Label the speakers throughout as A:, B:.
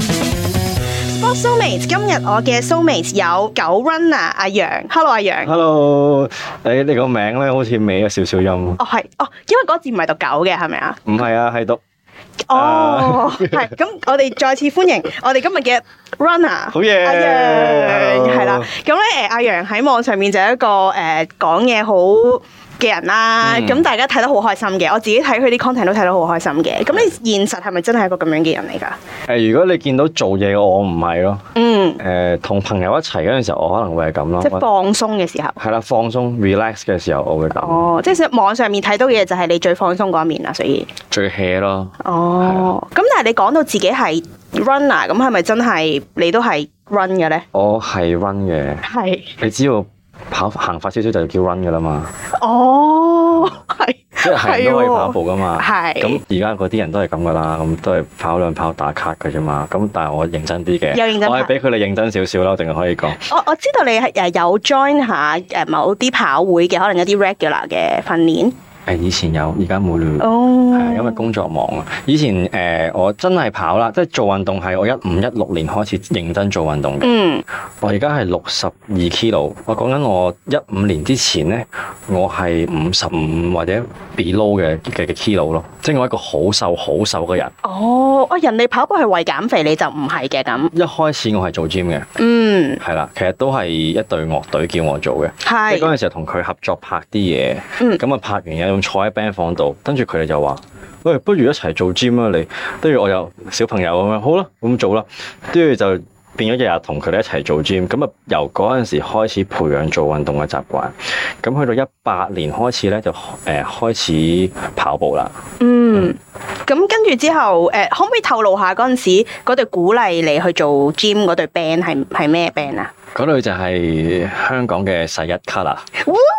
A: Sport Soulmates，今日我嘅 Soulmates 有九 runner 阿楊，Hello 阿
B: 哦
A: 楊，
B: Hello，你你個名咧好似尾咗少少音，
A: 哦係，哦因為嗰字唔係讀九嘅係咪啊？
B: 唔係啊，係讀
A: 哦， 係，咁我哋再次歡迎我哋今日嘅 runner。
B: 好嘢，哦
A: 阿楊
B: Hello
A: 係啦，咁咧誒阿楊喺網上面就係一個誒講嘢好嘅人啦，
B: 嗯
A: 咁、大家睇得好開心嘅，我自己睇佢啲 content 都睇得好開心嘅。咁
B: 嗯
A: 你現實係咪真係一個咁樣嘅人嚟㗎？
B: 誒，如果你見到做嘢嘅我唔係咯，
A: 嗯，
B: 誒，同朋友一齊嗰陣時候，我可能會係咁
A: 即係
B: 咯，
A: 放鬆嘅時候。
B: 係啦，放鬆 relax 嘅時候，我會咁，
A: 哦，即係網上面睇到嘅嘢就係你最放鬆嗰一面啦，所以。
B: 最 hea 咯，
A: 哦，咁但係你講到自己係 runner，咁係咪真係你都係 run 嘅咧？
B: 我係 run 嘅，
A: 係，
B: 你只要跑行快少少就叫 run 噶啦嘛，
A: 哦，係，
B: 即係係人都可以跑步噶嘛，
A: 係
B: 咁而家嗰啲人都係咁噶啦，咁都係跑兩跑打卡嘅啫嘛，咁但係我認真啲嘅，
A: 有認真跑
B: 我係比佢哋認真少少啦，我淨係可以講。
A: 我我知道你係誒有 join 下誒某啲跑會嘅，可能一啲 regular 嘅訓練。
B: 誒以前有，而家冇啦。
A: 哦
B: 係因為工作忙啊。以前誒、呃我真係跑啦，即係做運動係我一五一六年開始認真做運動嘅。
A: 嗯，
B: 我而家係六十二 kilo，我講緊我一五年之前呢，我係五十五或者 below 嘅嘅嘅 kilo 咯，即係我一個好瘦好瘦嘅人。
A: 哦，啊人哋跑步係為減肥，你就唔係嘅咁。
B: 一開始我係做 gym 嘅，
A: 嗯，
B: 係啦，其實都係一隊樂隊叫我做嘅。即係嗰
A: 係，
B: 陣時候同佢合作拍啲嘢，
A: 嗯
B: 咁啊拍完嘢咁坐喺 band 房度，跟住佢哋就話：喂，不如一齊做 gym 啊你！跟住我又小朋友咁樣，好啦，咁做啦。跟住就變咗日日同佢哋一齊做 gym，咁啊由嗰陣時開始培養做運動嘅習慣。咁去到一八年開始咧，就誒、呃、開始跑步啦。
A: 嗯，咁跟住之後誒，可唔可以透露下嗰陣時嗰隊鼓勵你去做 gym 嗰隊 band 係係咩 band 啊？
B: 嗰類就係香港嘅世一 Color。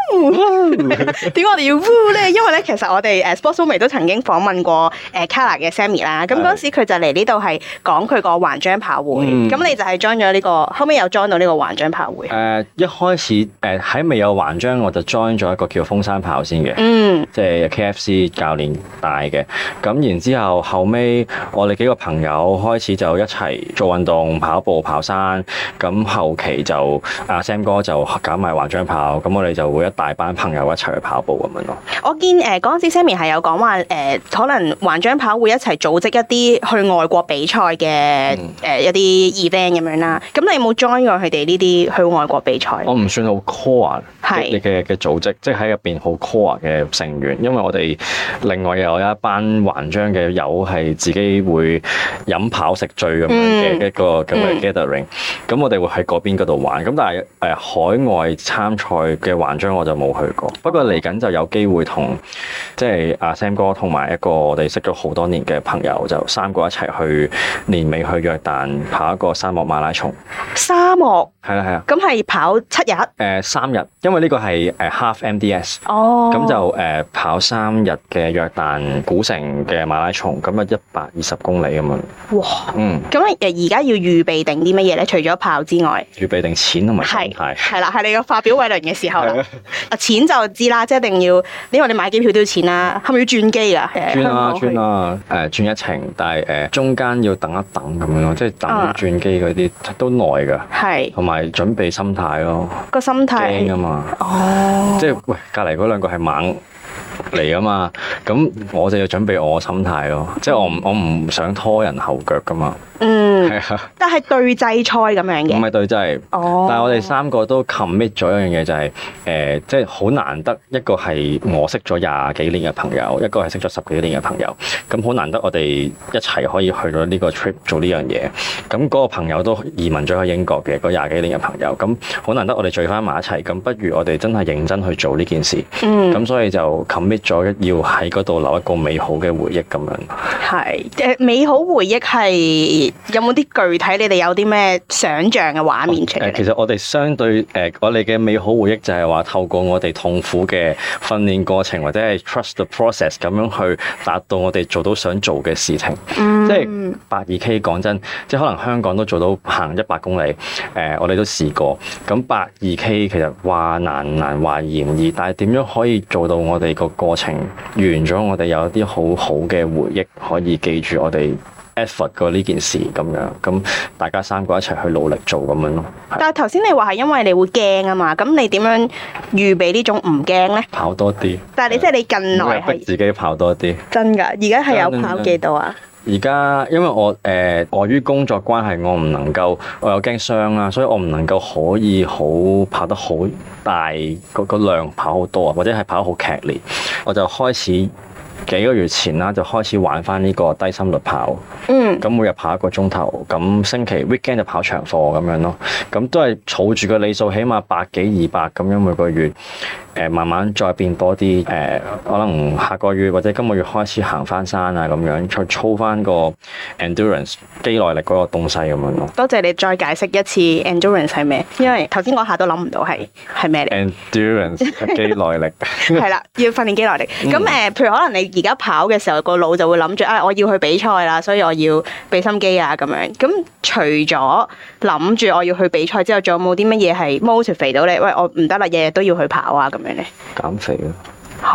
A: 點解我哋要 woo 咧？因為咧，其實我哋誒 Sports o m 都曾經訪問過誒 Kala 嘅 Sammy 啦。咁嗰陣時佢就嚟呢度係講佢個環章跑會，
B: 嗯
A: 咁、你就係 join 咗呢個，後尾又 join 到呢個環章跑會
B: 誒、。一開始誒喺、未有環章，我就 join 咗一個叫風山跑先嘅。
A: 嗯，
B: 即係 KFC 教練帶嘅。咁然之後後尾我哋幾個朋友開始就一齊做運動、跑步、跑山。咁後期就阿 Sam 哥就搞埋環章跑，咁我哋就會一大班朋友一齊去跑步咁樣咯。
A: 我見誒嗰陣時 Sammy 係有講話誒，可能環章跑會一齊組織一啲去外國比賽嘅
B: 嗯
A: 誒一啲 event 咁樣啦。咁你有冇 join 過佢哋呢啲去外國比賽？
B: 我唔算好 core
A: 係
B: 嘅嘅嘅組織，即係喺入邊好 core 嘅成員，因為我哋另外又有一班環章嘅友係自己會飲跑食醉咁樣
A: 嗯
B: 嘅一個咁
A: 嗯
B: 嘅 gathering，咁、我哋會喺嗰邊嗰度玩，咁但係誒、呃海外參賽嘅環章我就冇去過，不過嚟緊就有機會同即係阿 Sam 哥同埋一個我哋識咗好多年嘅朋友，就三個一齊去年尾去約旦跑一個沙漠馬拉松，
A: 沙漠
B: 係啦係啦。
A: 咁係跑七日，
B: 誒、呃三日，因為呢個係誒、half 呃 MDS，
A: 哦，
B: 咁就誒、跑三日嘅約旦古城嘅馬拉松，咁啊一百二十公里咁樣，
A: 哇！
B: 嗯，
A: 咁呃誒而家要預備定啲乜嘢咧？除咗炮之外，
B: 預備定錢同埋心
A: 係
B: 態，
A: 係啦，係你個發表偉論嘅時候啦
B: 係啊。
A: 啊錢就知啦，即係一定要，因為你買機票都要錢啦，係咪要轉機㗎？誒香
B: 轉啊
A: 港去
B: 轉啊，誒、轉一程，但係誒、呃中間要等一等咁樣咯，即係等
A: 啊
B: 轉機嗰啲都耐㗎，
A: 係
B: 同埋準備心態咯，
A: 個心
B: 驚啊
A: 態。
B: 嘛，
A: 哦，
B: 即係喂隔離嗰兩個係猛嚟啊嘛，咁我就要準備我嘅心態咯，即係我唔我唔想拖人後腳噶 嘛，
A: 嗯，
B: 係啊，
A: 但係對制賽咁樣
B: 唔
A: 嘅。
B: 係對真係。
A: 哦，
B: 但係我哋三個都 commit 咗一樣嘢，就係、誒，即係好難得一個係我識咗廿幾年嘅朋友，一個係識咗十幾年嘅朋友，咁好難得我哋一齊可以去到呢個 trip 做呢樣嘢。咁嗰個朋友都移民咗去英國嘅，嗰廿幾年嘅朋友，咁好難得我哋聚翻埋一齊，咁不如我哋真係認真去做呢件事。
A: 嗯
B: 咁所以就 commit 咗要喺嗰度留一個美好嘅回憶咁樣。
A: 係誒美好回憶係有冇啲具體？你哋有啲咩想像嘅畫面出
B: 哦誒，其
A: 嚟？
B: 實我哋相對誒、我哋嘅美好回憶就係話透過我哋痛苦嘅訓練過程，或者係 trust the process 咁樣去達到我哋做到想做嘅事情。
A: 嗯
B: 即係八二 K 講真，即係可能香港都做到行一百公里，誒、我哋都試過。咁八二 K 其實話難唔難話易唔易，但係點樣可以做到我哋個過程完咗，我哋有一啲好好嘅回憶可以記住我哋 effort 過呢件事咁樣，咁大家三個一齊去努力做咁樣咯。係
A: 但係頭先你話係因為你會驚啊嘛，咁你點樣預備呢種唔驚咧？
B: 跑多啲，
A: 但係你即係你近
B: 每日
A: 來
B: 逼
A: 係
B: 自己跑多啲。
A: 真㗎，而家係有跑幾度啊？
B: 而家因為我誒、呃、礙於工作關係，我唔能夠，我有驚傷啦，所以我唔能夠可以好跑得好大個個量跑好多啊，或者係跑得好劇烈，我就開始幾個月前啦，就開始玩翻呢個低心率跑。
A: 嗯，
B: 咁每日跑一個鐘頭，咁星期 weekend 就跑長課咁樣咯。咁都係儲住個里數，起碼百幾二百咁樣每個月。誒、慢慢再變多啲誒、可能下個月或者今個月開始行翻山啊咁樣，再操翻個 endurance 肌耐力嗰個東西咁樣咯。
A: 多謝你再解釋一次 endurance 係咩，因為頭先嗰下都諗唔到係係咩嚟。
B: endurance 肌耐力。
A: 係啦，要訓練肌耐力。
B: 嗯
A: 咁誒、呃譬如可能你而家跑嘅時候，個腦就會諗住啊，我要去比賽啦，所以我要俾心機啊咁樣。咁除咗諗住我要去比賽之後，仲有冇啲乜嘢係 motivate 到你？喂，我唔得啦，日日都要去跑啊咁樣咧。
B: 減肥咯，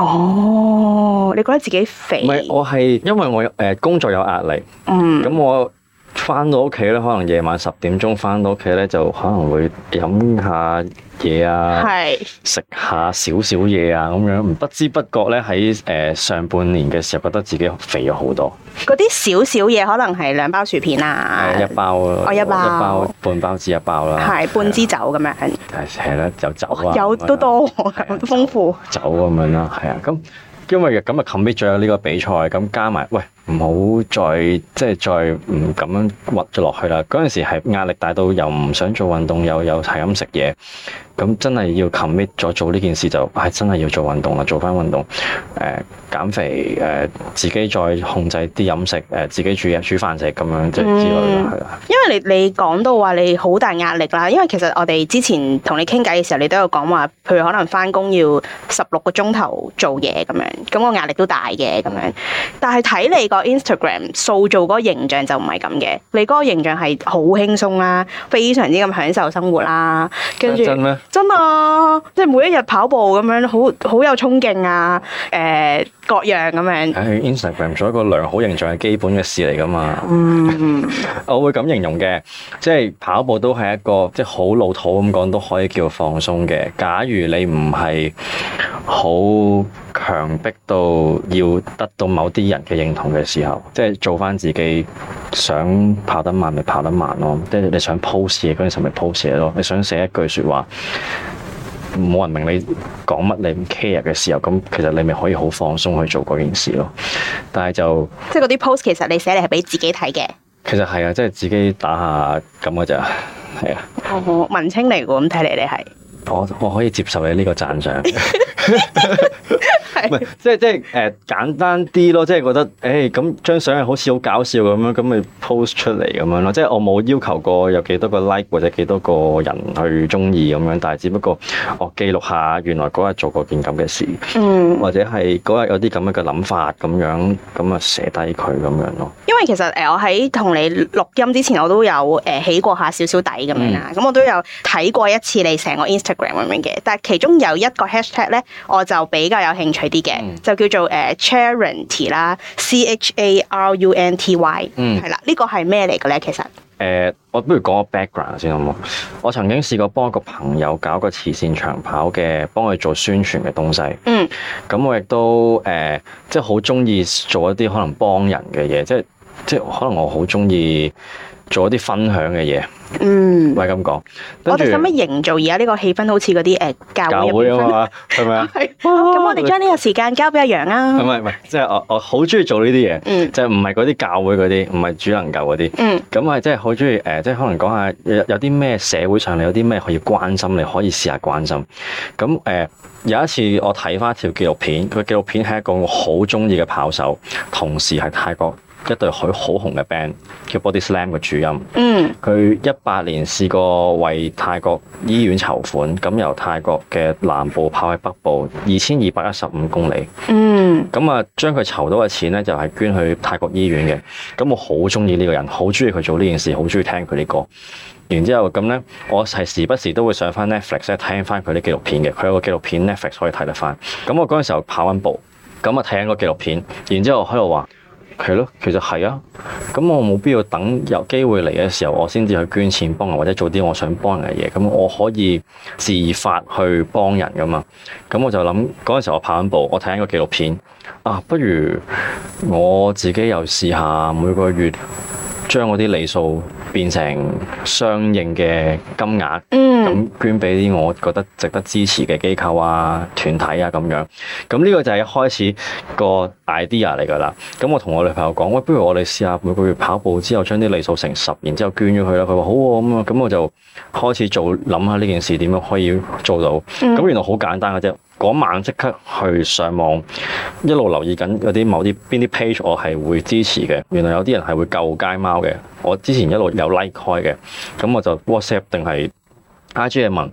A: 哦，你覺得自己肥
B: 唔？係我係因為我有誒、工作有壓力，
A: 嗯，
B: 咁我翻到屋企咧，可能夜晚十點鐘翻到屋企咧，就可能會飲下嘢啊，
A: 係
B: 食下少少嘢啊，咁樣唔不知不覺咧喺誒上半年嘅時候，覺得自己肥咗好多，
A: 嗰啲少少嘢，可能係兩包薯片啊，
B: 誒一包啊，
A: 哦一包
B: 半包至一包啦，
A: 係半支酒咁樣，
B: 係係啦，就酒啊，
A: 哦有都多，豐富。
B: 酒咁樣啦，係啊，咁因為咁啊 commit 咗呢個比賽，咁加埋喂唔好再即係再唔咁樣屈咗落去啦。嗰陣時係壓力大到又唔想做運動，又又係咁食嘢，咁真係要 commit 咗做呢件事就係、真係要做運動啦，做翻運動，誒、減肥，誒、自己再控制啲飲食，誒、自己煮嘢煮飯食咁樣即係之類
A: 嗯
B: 啦，係啦、
A: 因為你你講到話你好大壓力啦，因為其實我哋之前同你傾偈嘅時候，你都有講話，譬如可能翻工要十六個鐘頭做嘢咁樣，咁個壓力都大嘅咁
B: 嗯
A: 樣。但係睇你個 Instagram 塑造嗰個形象就唔係咁嘅，你嗰個形象係好輕鬆啦，非常之咁享受生活啦，跟住
B: 真咩？
A: 真啊，即係每一日跑步咁樣，好好有衝勁啊，誒、各樣咁樣，
B: 唉，Instagram 做一個良好形象係基本嘅事嚟㗎嘛。
A: 嗯，
B: 我會咁形容嘅，即係跑步都係一個即係好老土咁講都可以叫放鬆嘅。假如你唔係好強迫到要得到某啲人嘅認同嘅時候，即係做翻自己想跑得慢咪跑得慢咯，即係你想 post 嘢嗰陣時咪 post 嘢咯，你想寫一句説話。冇人明你講乜，你唔 care 嘅時候，咁其實你咪可以好放鬆去做嗰件事咯。但係就
A: 即係嗰啲 post 其實你寫嚟係俾自己睇嘅。
B: 其實係啊，即係自己打下咁嘅咋，係啊，
A: 哦，文青嚟嘅喎，咁睇嚟你係
B: 我我可以接受你呢個讚賞，唔係即係即係誒、呃、簡單啲咯，即係覺得誒咁張相係好似好搞笑咁樣，咁咪 post 出嚟咁樣咯，即係我冇要求過有幾多個 like 或者幾多個人去中意咁樣，但係只不過我記錄下原來嗰日做過件咁嘅事，
A: 嗯，
B: 或者係嗰日有啲咁樣嘅諗法咁樣，咁啊寫低佢咁樣咯。
A: 因為其實誒，我喺同你錄音之前，我都有誒起過下少少底咁樣啦。
B: 嗯
A: 咁、我都有睇過一次你成個 Instagram 咁樣嘅，但係其中有一個 hashtag 咧，我就比較有興趣啲啲嘅，
B: 嗯
A: 就叫做誒 Charunty 啦，C H A R U N T Y，
B: 嗯
A: 係啦，呢個係咩嚟嘅咧？其實
B: 誒、我不如講個 background 先好冇？我曾經試過幫一個朋友搞個慈善長跑嘅，幫佢做宣傳嘅東西。
A: 嗯
B: 咁我亦都誒、呃即係好中意做一啲可能幫人嘅嘢，即係即係可能我好中意做一啲分享嘅嘢，
A: 嗯
B: 唔，係咁講。
A: 我哋使
B: 跟
A: 乜
B: 住
A: 營造而家呢個氣氛好似嗰啲誒教
B: 教
A: 會入
B: 會
A: 邊
B: 啊
A: 分
B: 嘛，係咪啊？
A: 係咁我哋將呢個時間交俾阿楊
B: 唔
A: 啊。
B: 係唔係，即係我我好中意做呢啲嘢，
A: 嗯
B: 就唔係嗰啲教會嗰啲，唔係主能教嗰啲。
A: 嗯
B: 咁係即係好中意誒，即係可能講下有有啲咩社會上你有啲咩可以關心，你可以試下關心。咁誒、呃有一次我睇翻條紀錄片，佢紀錄片係一個我好中意嘅跑手，同時係泰國一隊好好紅嘅 band 叫 Body Slam 嘅主音。
A: 嗯
B: 佢一八年試過為泰國醫院籌款，咁由泰國嘅南部跑去北部二千二百一十五公里。
A: 嗯
B: 咁啊，將佢籌到嘅錢咧，就係、捐去泰國醫院嘅。咁我好中意呢個人，好中意佢做呢件事，好中意聽佢啲歌。然之後咁咧，我係時不時都會上翻 Netflix 咧聽翻佢啲紀錄片嘅。佢有個紀錄片 Netflix 可以睇得翻。咁我嗰陣時候跑緊步，咁啊睇緊個紀錄片，然之後喺度話。係咯，其實係啊，咁我冇必要等有機會嚟嘅時候，我先至去捐錢幫人，或者做啲我想幫人嘅嘢。咁我可以自發去幫人噶嘛。咁我就諗嗰陣時候我跑緊步，我睇緊個紀錄片，啊，不如我自己又試下每個月將我啲理數變成相應嘅金額。
A: 嗯
B: 咁捐俾啲我覺得值得支持嘅機構啊、團體啊咁樣。咁呢個就係一開始個 idea 嚟㗎啦。咁我同我女朋友講，喂，不如我哋試下每個月跑步之後將啲里數乘十，然之後捐咗佢啦。佢話好喎咁啊，咁我就開始做諗下呢件事點樣可以做到。
A: 嗯
B: 咁原來好簡單嘅啫。嗰晚即刻去上網，一路留意緊嗰啲某啲邊啲 page 我係會支持嘅。原來有啲人係會救街貓嘅，我之前一路有 like 開嘅，咁我就 WhatsApp 定係 I.G 嘅問，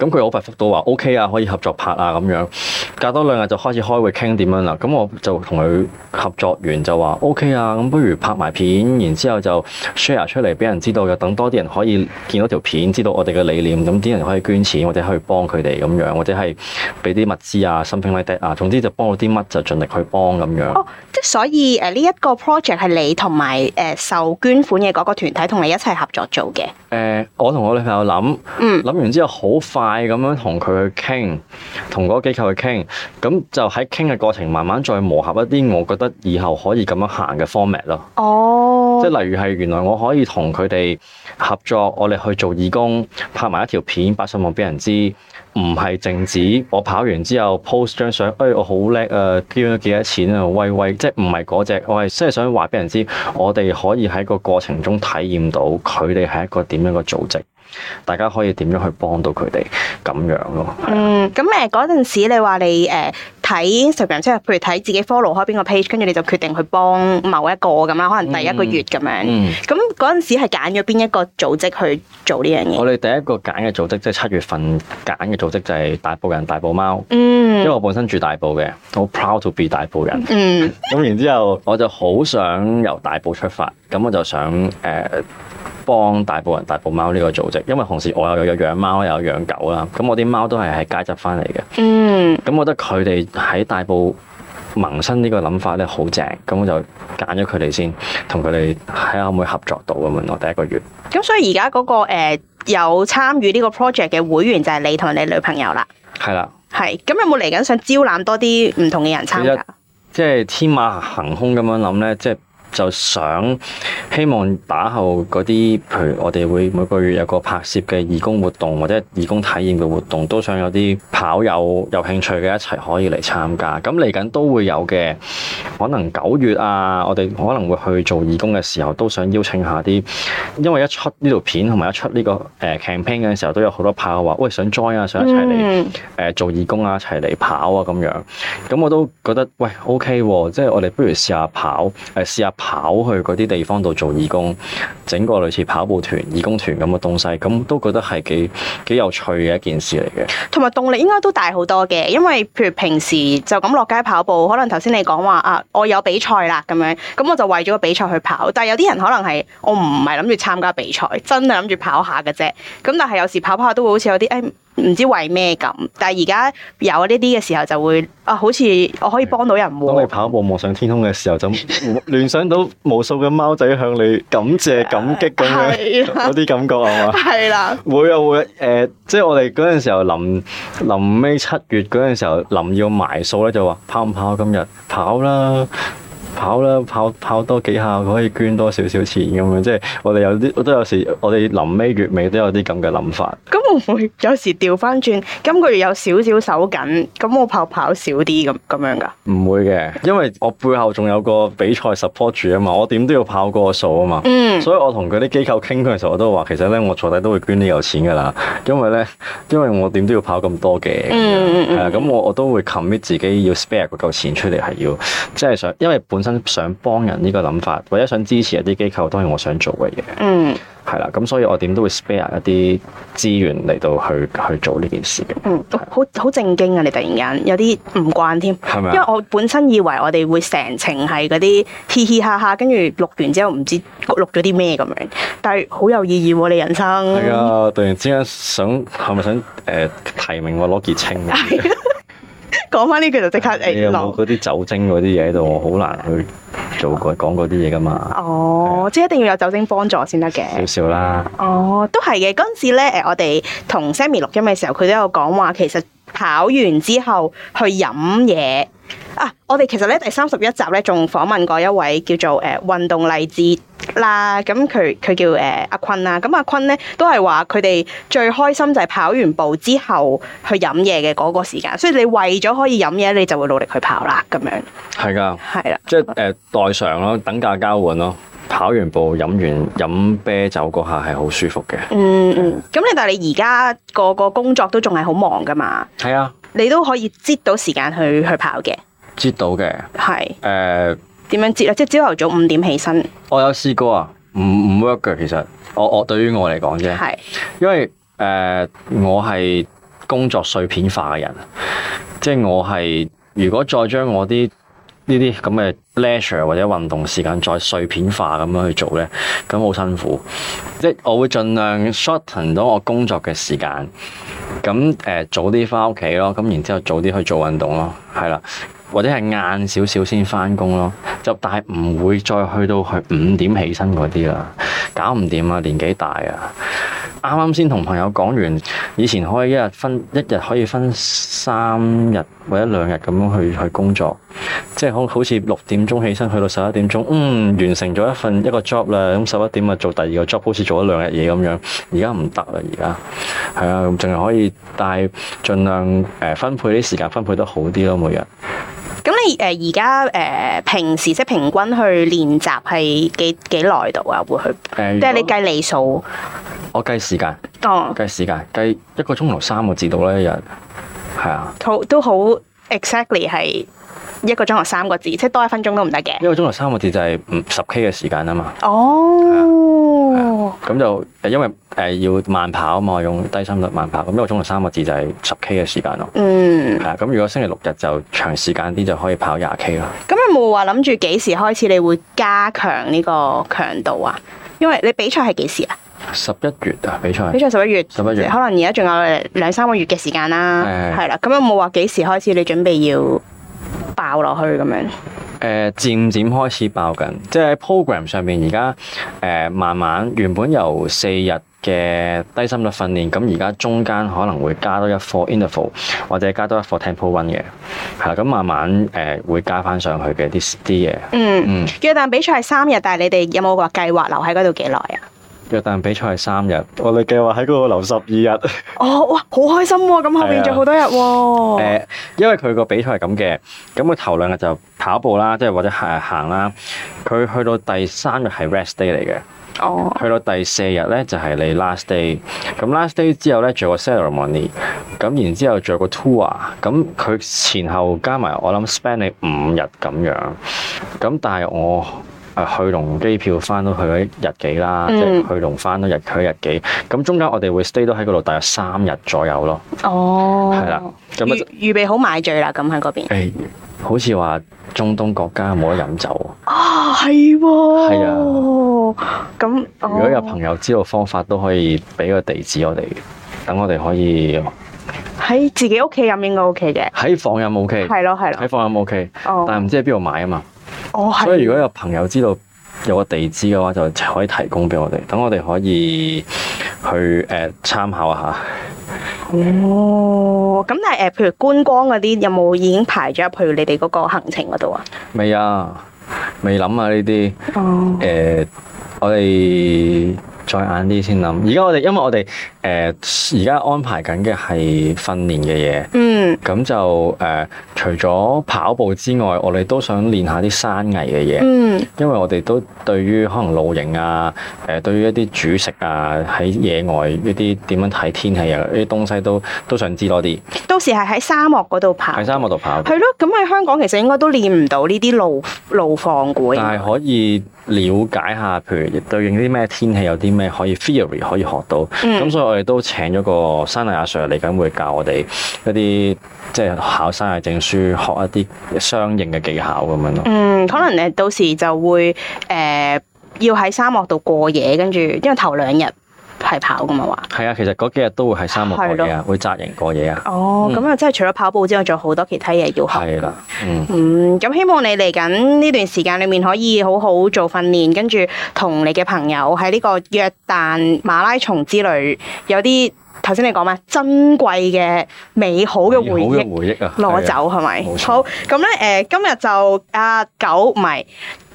B: 咁佢好快覆到話 O.K. 啊，可以合作拍啊咁樣。隔多兩日就開始開會傾點樣啦。咁我就同佢合作完就話 O.K. 啊，咁不如拍埋片，然之後就 share 出嚟俾人知道，又等多啲人可以見到條片，知道我哋嘅理念，咁啲人可以捐錢或者去幫佢哋咁樣，或者係俾啲物資啊、something like that 啊，總之就幫到啲乜就盡力去幫咁樣。
A: 哦，即係所以誒呢一個 project 係你同埋誒受捐款嘅嗰個團體同你一齊合作做嘅。
B: 誒、呃我同我女朋友諗，
A: 嗯
B: 諗完之後好快咁樣同佢去傾，同嗰個機構去傾，咁就喺傾嘅過程慢慢再磨合一啲，我覺得以後可以咁樣行嘅 format 咯。
A: 哦
B: 即，係例如係原來我可以同佢哋合作，我哋去做義工，拍埋一條片，擺上網俾人知，唔係淨止我跑完之後 post 張相，誒、哎、我好叻啊，捐咗幾多錢啊，威威，即係唔係嗰只，我係真係想話俾人知，我哋可以喺個過程中體驗到佢哋係一個點樣嘅組織，大家可以點樣去幫到佢哋咁樣咯。
A: 嗯，咁誒嗰陣時你話你誒睇 Instagram，即係譬如睇自己 follow 開邊個 page，跟住你就決定去幫某一個咁啦，可能第一個月咁樣。
B: 嗯。
A: 咁嗰陣時係揀咗邊一個組織去做呢樣嘢？
B: 我哋第一個揀嘅組織，即係七月份揀嘅組織就係大埔人大埔貓，因為
A: 嗯
B: 我本身住大埔嘅，我好 proud to be 大埔人。
A: 嗯
B: 咁然之後，我就好想由大埔出發，咁我就想誒、呃、幫大埔人、大埔貓呢個組織，因為同時我又有養貓，又有養狗啦，咁我啲貓都係喺街執翻嚟嘅，
A: 嗯
B: 咁我覺得佢哋喺大埔萌生呢個諗法咧好正，咁我就揀咗佢哋先，同佢哋睇下可唔可以合作到咁樣咯，第一個月。
A: 咁所以而家嗰個誒有參與呢個 project 嘅會員就係你同你女朋友啦。
B: 係啦，
A: 係，咁有冇嚟緊想招攬多啲唔同嘅人參
B: 其
A: 加
B: 實？即係天馬行空咁樣諗咧，即係就想希望打後嗰啲，譬如我哋會每個月有個拍攝嘅義工活動或者義工體驗嘅活動，都想有啲跑友有興趣嘅一齊可以嚟參加。咁嚟緊都會有嘅，可能九月啊，我哋可能會去做義工嘅時候，都想邀請下啲，因為一出呢條片同埋一出呢個誒 campaign 嘅時候，都有好多跑友話，喂想 join 啊，想一齊嚟。
A: 嗯
B: 誒、做義工啊，一齊嚟跑啊咁樣。咁我都覺得喂 OK 喎、即係我哋不如試下跑，誒、試下跑去嗰啲地方度做義工，整個類似跑步團、義工團咁嘅東西，咁都覺得係幾幾有趣嘅一件事嚟嘅。
A: 同埋動力應該都大好多嘅，因為譬如平時就咁落街跑步，可能頭先你講話啊，我有比賽啦咁樣，咁我就為咗個比賽去跑。但係有啲人可能係我唔係諗住參加比賽，真係諗住跑下嘅啫。咁但係有時跑跑下都會好似有啲誒哎唔知為咩咁。但係而家有呢啲嘅時候就會啊，好似我可以幫到人
B: 當你
A: 喎。
B: 跑步望上天空嘅時候，就 聯想到無數嘅貓仔向你感謝感激咁 樣
A: 係啊
B: 嗰啲感覺係嘛？
A: 係啦，
B: 會啊會啊，誒、即係我哋嗰陣時候臨臨尾七月嗰陣時候，臨要埋數咧，就話跑唔跑今日？跑啦。跑啦，跑跑多幾下可以捐多少少錢咁樣，即係我哋有啲都有時，我哋臨尾月尾都有啲咁嘅諗法。
A: 咁會唔會啊有時調翻轉？今個月有少少手緊，咁我跑跑少啲咁咁樣㗎？
B: 唔會嘅，因為我背後仲有個比賽 support 住啊嘛，我點都要跑過個數啊嘛。
A: 嗯，
B: 所以我同嗰啲機構傾嘅時候，我都話其實咧，我坐底都會捐呢嚿錢㗎啦，因為咧，因為我點都要跑咁多嘅，係
A: 嗯嗯嗯
B: 啊咁我我都會 commit 自己要 spare 嗰嚿錢出嚟，係要即係想，因為本身想幫人呢個諗法，或者想支持一啲機構，當然我想做嘅嘢，
A: 嗯。
B: 係啦，咁所以我點都會 spare 一啲資源嚟到去去做呢件事嘅，
A: 嗯，好好正經啊！你突然間有啲唔慣添，
B: 係咪
A: 因為
B: 啊？
A: 我本身以為我哋會成程係嗰啲嘻嘻哈哈，跟住錄完之後唔知錄咗啲咩咁樣，但係好有意義喎、你人生。
B: 係啊！突然之間想係咪想誒、呃提名我攞傑青啊？
A: 講翻呢句就即刻
B: 你
A: 誒
B: 有冇
A: 落。
B: 嗰啲酒精嗰啲嘢喺度？我好難去做嗰講嗰啲嘢噶嘛，
A: 哦，即係一定要有酒精幫助先得嘅。
B: 少少啦。
A: 哦，都係嘅。嗰陣時咧，誒我哋同 Sammy 錄音嘅時候，佢都有講話，其實跑完之後去飲嘢啊！我哋其實咧第三十一集咧，仲訪問過一位叫做誒、呃、運動勵志啦，咁佢佢叫誒、呃阿坤啦，咁阿坤咧都係話佢哋最開心就係跑完步之後去飲嘢嘅嗰個時間，所以你為咗可以飲嘢，你就會努力去跑啦，咁樣
B: 係噶，
A: 係啦，
B: 即係誒、呃代償咯，等價交換咯。跑完步飲完飲啤酒嗰下係好舒服嘅。
A: 嗯嗯。咁你但係你而家個個工作都仲係好忙噶嘛？
B: 係啊，
A: 你都可以擠到時間去去跑嘅，
B: 知道嘅。誒、
A: 係點樣擠啊咧？即係朝頭早五點起身，
B: 我有試過啊，唔唔 work 嘅其實。我我對於我嚟講啫，
A: 係
B: 因為誒、呃我係工作碎片化嘅人，即係我係如果再將我啲呢啲咁嘅 leisure 或者運動時間再碎片化咁樣去做咧，咁好辛苦。即係我會盡量 shorten 到我工作嘅時間，咁誒、呃早啲翻屋企咯，咁然之後早啲去做運動咯，係啦。或者係晏少少先翻工咯，就但係唔會再去到去五點起身嗰啲啦，搞唔掂啊，年紀大啊！啱啱先同朋友講完，以前可以一日分一日可以分三日或者兩日咁樣去去工作，即係好好似六點鐘起身去到十一點鐘，嗯，完成咗一份一個 job 啦，咁十一點啊做第二個 job，好似做咗兩日嘢咁樣。而家唔得啦，而家係啊，咁淨係可以，但係盡量誒、呃分配啲時間分配得好啲咯，每日。
A: 咁你誒而家誒平時即係平均去練習係幾幾耐度啊？會去
B: 誒
A: 即係你
B: 如果
A: 計里數
B: 我計時間，
A: 哦，
B: 計時間，計一個鐘頭三個字到啦，一日係啊。
A: 好都好 exactly 係一個鐘頭三個字，即係多一分鐘都唔得嘅。
B: 一個鐘頭三個字就係五十 K 嘅時間啊嘛，
A: 哦，
B: 咁就誒因為誒、呃要慢跑啊嘛，我用低心率慢跑，咁一個鐘頭三個字就係十 K 嘅時間咯。
A: 嗯
B: 係，啊，咁如果星期六日就長時間啲就可以跑廿 K 咯。
A: 咁有冇話諗住幾時開始你會加強呢個強度啊？因為你比賽係幾時啊？
B: 十一月啊比賽
A: 比，賽十一月，
B: 11月
A: 可能而家仲有呃兩三個月嘅時間啦，
B: 係
A: 係啦。咁有冇話幾時開始你準備要爆落去咁樣？
B: 誒漸漸開始爆緊，即係喺 program 上面而家誒慢慢原本由四日嘅低心率訓練，咁而家中間可能會加多一課 interval 或者加多一課 tempo one 嘅，係啦，咁慢慢誒、呃、會加翻上去嘅啲啲嘢。
A: 嗯，
B: 嗯，
A: 約旦比賽係三日，但係你哋有冇話計劃留喺嗰度幾耐啊？
B: 約旦比賽係三日，我哦哋計劃喺嗰度留十二 日。
A: 哦，哇，好開心喎、咁後
B: 係
A: 面
B: 啊
A: 仲好多日
B: 誒、
A: 喎、
B: 呃因為佢個比賽係咁嘅，咁佢頭兩日就跑步啦，即係或者行行啦。佢去到第三日係 rest day 嚟嘅，
A: 哦，
B: 去到第四日咧就係、你 last day。咁 last day 之後咧做個 ceremony，咁然之後做個 tour。咁佢前後加埋我諗 spend 你五日咁樣。咁但係我。誒去龍機票翻到去嗰一日幾啦，即
A: 嗯
B: 係去龍翻到日佢日幾，咁中間我哋會 stay 到喺嗰度大約三日左右咯，
A: 哦，
B: 係啦、咁啊
A: 預預備好買醉啦，咁喺嗰邊。
B: 誒，好似話中東國家冇得飲酒喎。
A: 啊，係喎。
B: 係
A: 咁
B: 如果有
A: 哦
B: 朋友知道方法，都可以俾個地址我哋，等我哋可以
A: 喺自己屋企飲應該 OK 嘅，
B: 喺房飲 OK，
A: 係咯係
B: 喺
A: 咯，
B: 房飲 OK，
A: 哦
B: 但係唔知喺邊度買啊嘛。
A: 哦係，
B: 所以如果有朋友知道有個地址嘅話，就可以提供俾我哋，等我哋可以去誒、呃、參考一下。
A: 哦，咁但係誒、呃譬如觀光嗰啲有冇已經排咗入去你哋嗰個行程嗰度啊？
B: 未啊，未諗啊呢啲
A: 哦，
B: 誒，我哋再晏啲先諗。而家我哋因為我哋誒而家安排緊嘅係訓練嘅嘢。
A: 嗯，
B: 咁就誒、呃除咗跑步之外，我哋都想練下啲山藝嘅嘢，
A: 嗯，
B: 因為我哋都對於可能露營啊，誒、對於一啲煮食啊，喺野外一啲點樣睇天氣啊，呢啲東西都都想知多啲。
A: 到時係喺沙漠嗰度爬。
B: 喺沙漠度跑，
A: 係咯，咁喺香港其實應該都練唔到呢啲路路況嘅
B: 但
A: 喎。
B: 係可以了解下，譬如對應啲咩天氣有啲咩可以 theory 可以學到。咁、
A: 嗯，
B: 所以我哋都請咗個山藝阿 Sir 嚟緊會教我哋一啲即係考山藝證書，學一啲相應嘅技巧咁樣咯。
A: 嗯，可能誒到時就會誒、呃要喺沙漠度過夜，跟住因為頭兩日係跑㗎嘛話。
B: 係啊，其實嗰幾日都會喺沙漠過夜啊，會紮營過夜啊。
A: 哦，咁啊，即係除咗跑步之外，仲有好多其他嘢要學。
B: 係啦，嗯，
A: 嗯，咁希望你嚟緊呢段時間裏面可以好好做訓練，跟住同你嘅朋友喺呢個約旦馬拉松之旅有啲頭先你講咩珍貴嘅美好嘅回
B: 好
A: 憶
B: 嘅回憶啊，
A: 攞走
B: 係啊。
A: 係咪
B: 冇？錯
A: 好咁咧誒，今日就阿九唔係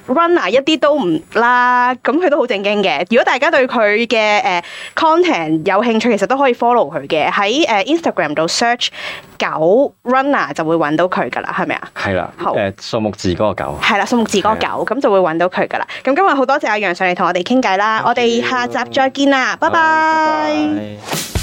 A: runner 一啲都唔啦，咁佢都好正經嘅。如果大家對佢嘅誒 content 有興趣，其實都可以 follow 佢嘅，喺誒 Instagram 度 search 九 runner 就會揾到佢噶啦，係咪啊？
B: 係啦，
A: 好
B: 誒數目字嗰個狗，
A: 係啦，啊數目字嗰個九，咁就會揾到佢噶啦。咁今日好多謝阿楊上嚟同我哋傾偈啦，我
B: Thank
A: 哋
B: you
A: 下集再見啦，拜拜。
B: 拜